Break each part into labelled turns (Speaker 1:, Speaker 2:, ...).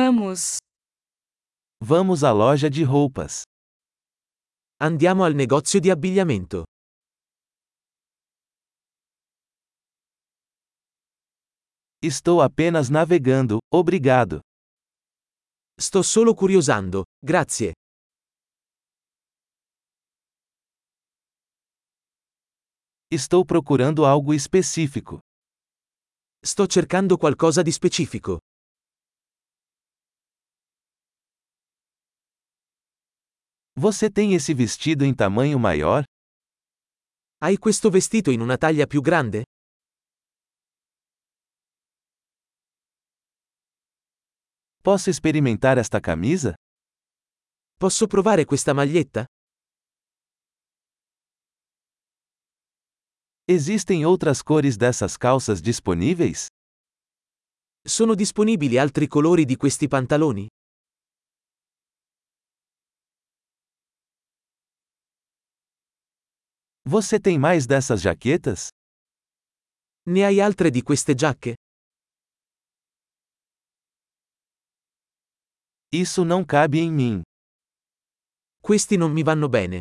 Speaker 1: Vamos.
Speaker 2: Vamos à loja de roupas.
Speaker 3: Andiamo al negozio di abbigliamento.
Speaker 2: Estou apenas navegando, obrigado.
Speaker 3: Sto solo curiosando, grazie.
Speaker 2: Estou procurando algo específico.
Speaker 3: Sto cercando qualcosa di specifico.
Speaker 2: Você tem esse vestido em tamanho maior?
Speaker 3: Hai questo vestito in una taglia più grande?
Speaker 2: Posso experimentar esta camisa?
Speaker 3: Posso provare questa maglietta?
Speaker 2: Existem outras cores dessas calças disponíveis?
Speaker 3: Sono disponibili altri colori di questi pantaloni?
Speaker 2: Você tem mais dessas jaquetas?
Speaker 3: Ne hai altre di queste giacche?
Speaker 2: Isso não cabe em mim.
Speaker 3: Questi non mi vanno bene.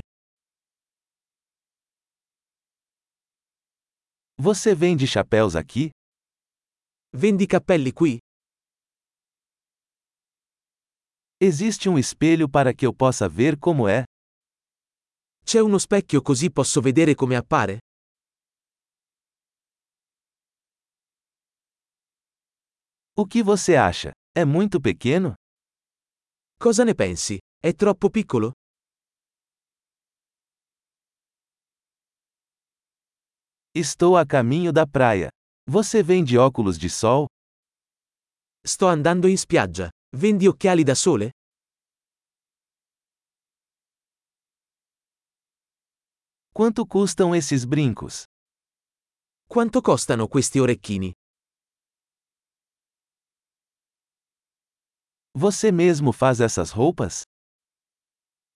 Speaker 2: Você vende chapéus aqui?
Speaker 3: Vendi cappelli qui?
Speaker 2: Existe um espelho para que eu possa ver como é?
Speaker 3: C'è uno specchio così posso vedere come appare?
Speaker 2: O que você acha? É muito pequeno?
Speaker 3: Cosa ne pensi? È troppo piccolo?
Speaker 2: Estou a caminho da praia. Você vende óculos de sol?
Speaker 3: Sto andando in spiaggia. Vendi occhiali da sole?
Speaker 2: Quanto custam esses brincos?
Speaker 3: Quanto costano questi orecchini?
Speaker 2: Você mesmo faz essas roupas?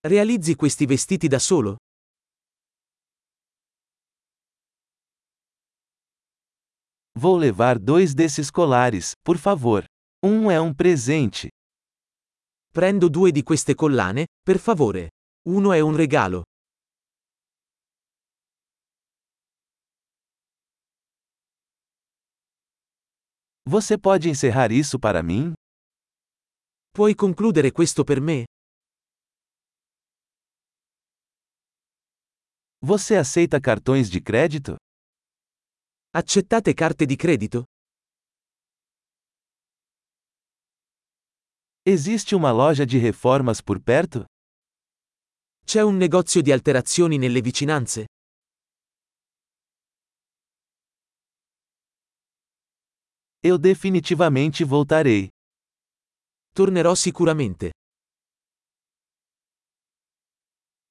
Speaker 3: Realizzi questi vestiti da solo?
Speaker 2: Vou levar dois desses colares, por favor. Um é um presente.
Speaker 3: Prendo due di queste collane, per favore. Uno è un regalo.
Speaker 2: Você pode encerrar isso para mim?
Speaker 3: Puoi concludere questo per me?
Speaker 2: Você aceita cartões de crédito?
Speaker 3: Accettate carte di credito?
Speaker 2: Existe uma loja de reformas por perto?
Speaker 3: C'è un negozio di alterazioni nelle vicinanze?
Speaker 2: Eu definitivamente voltarei.
Speaker 3: Tornerò sicuramente.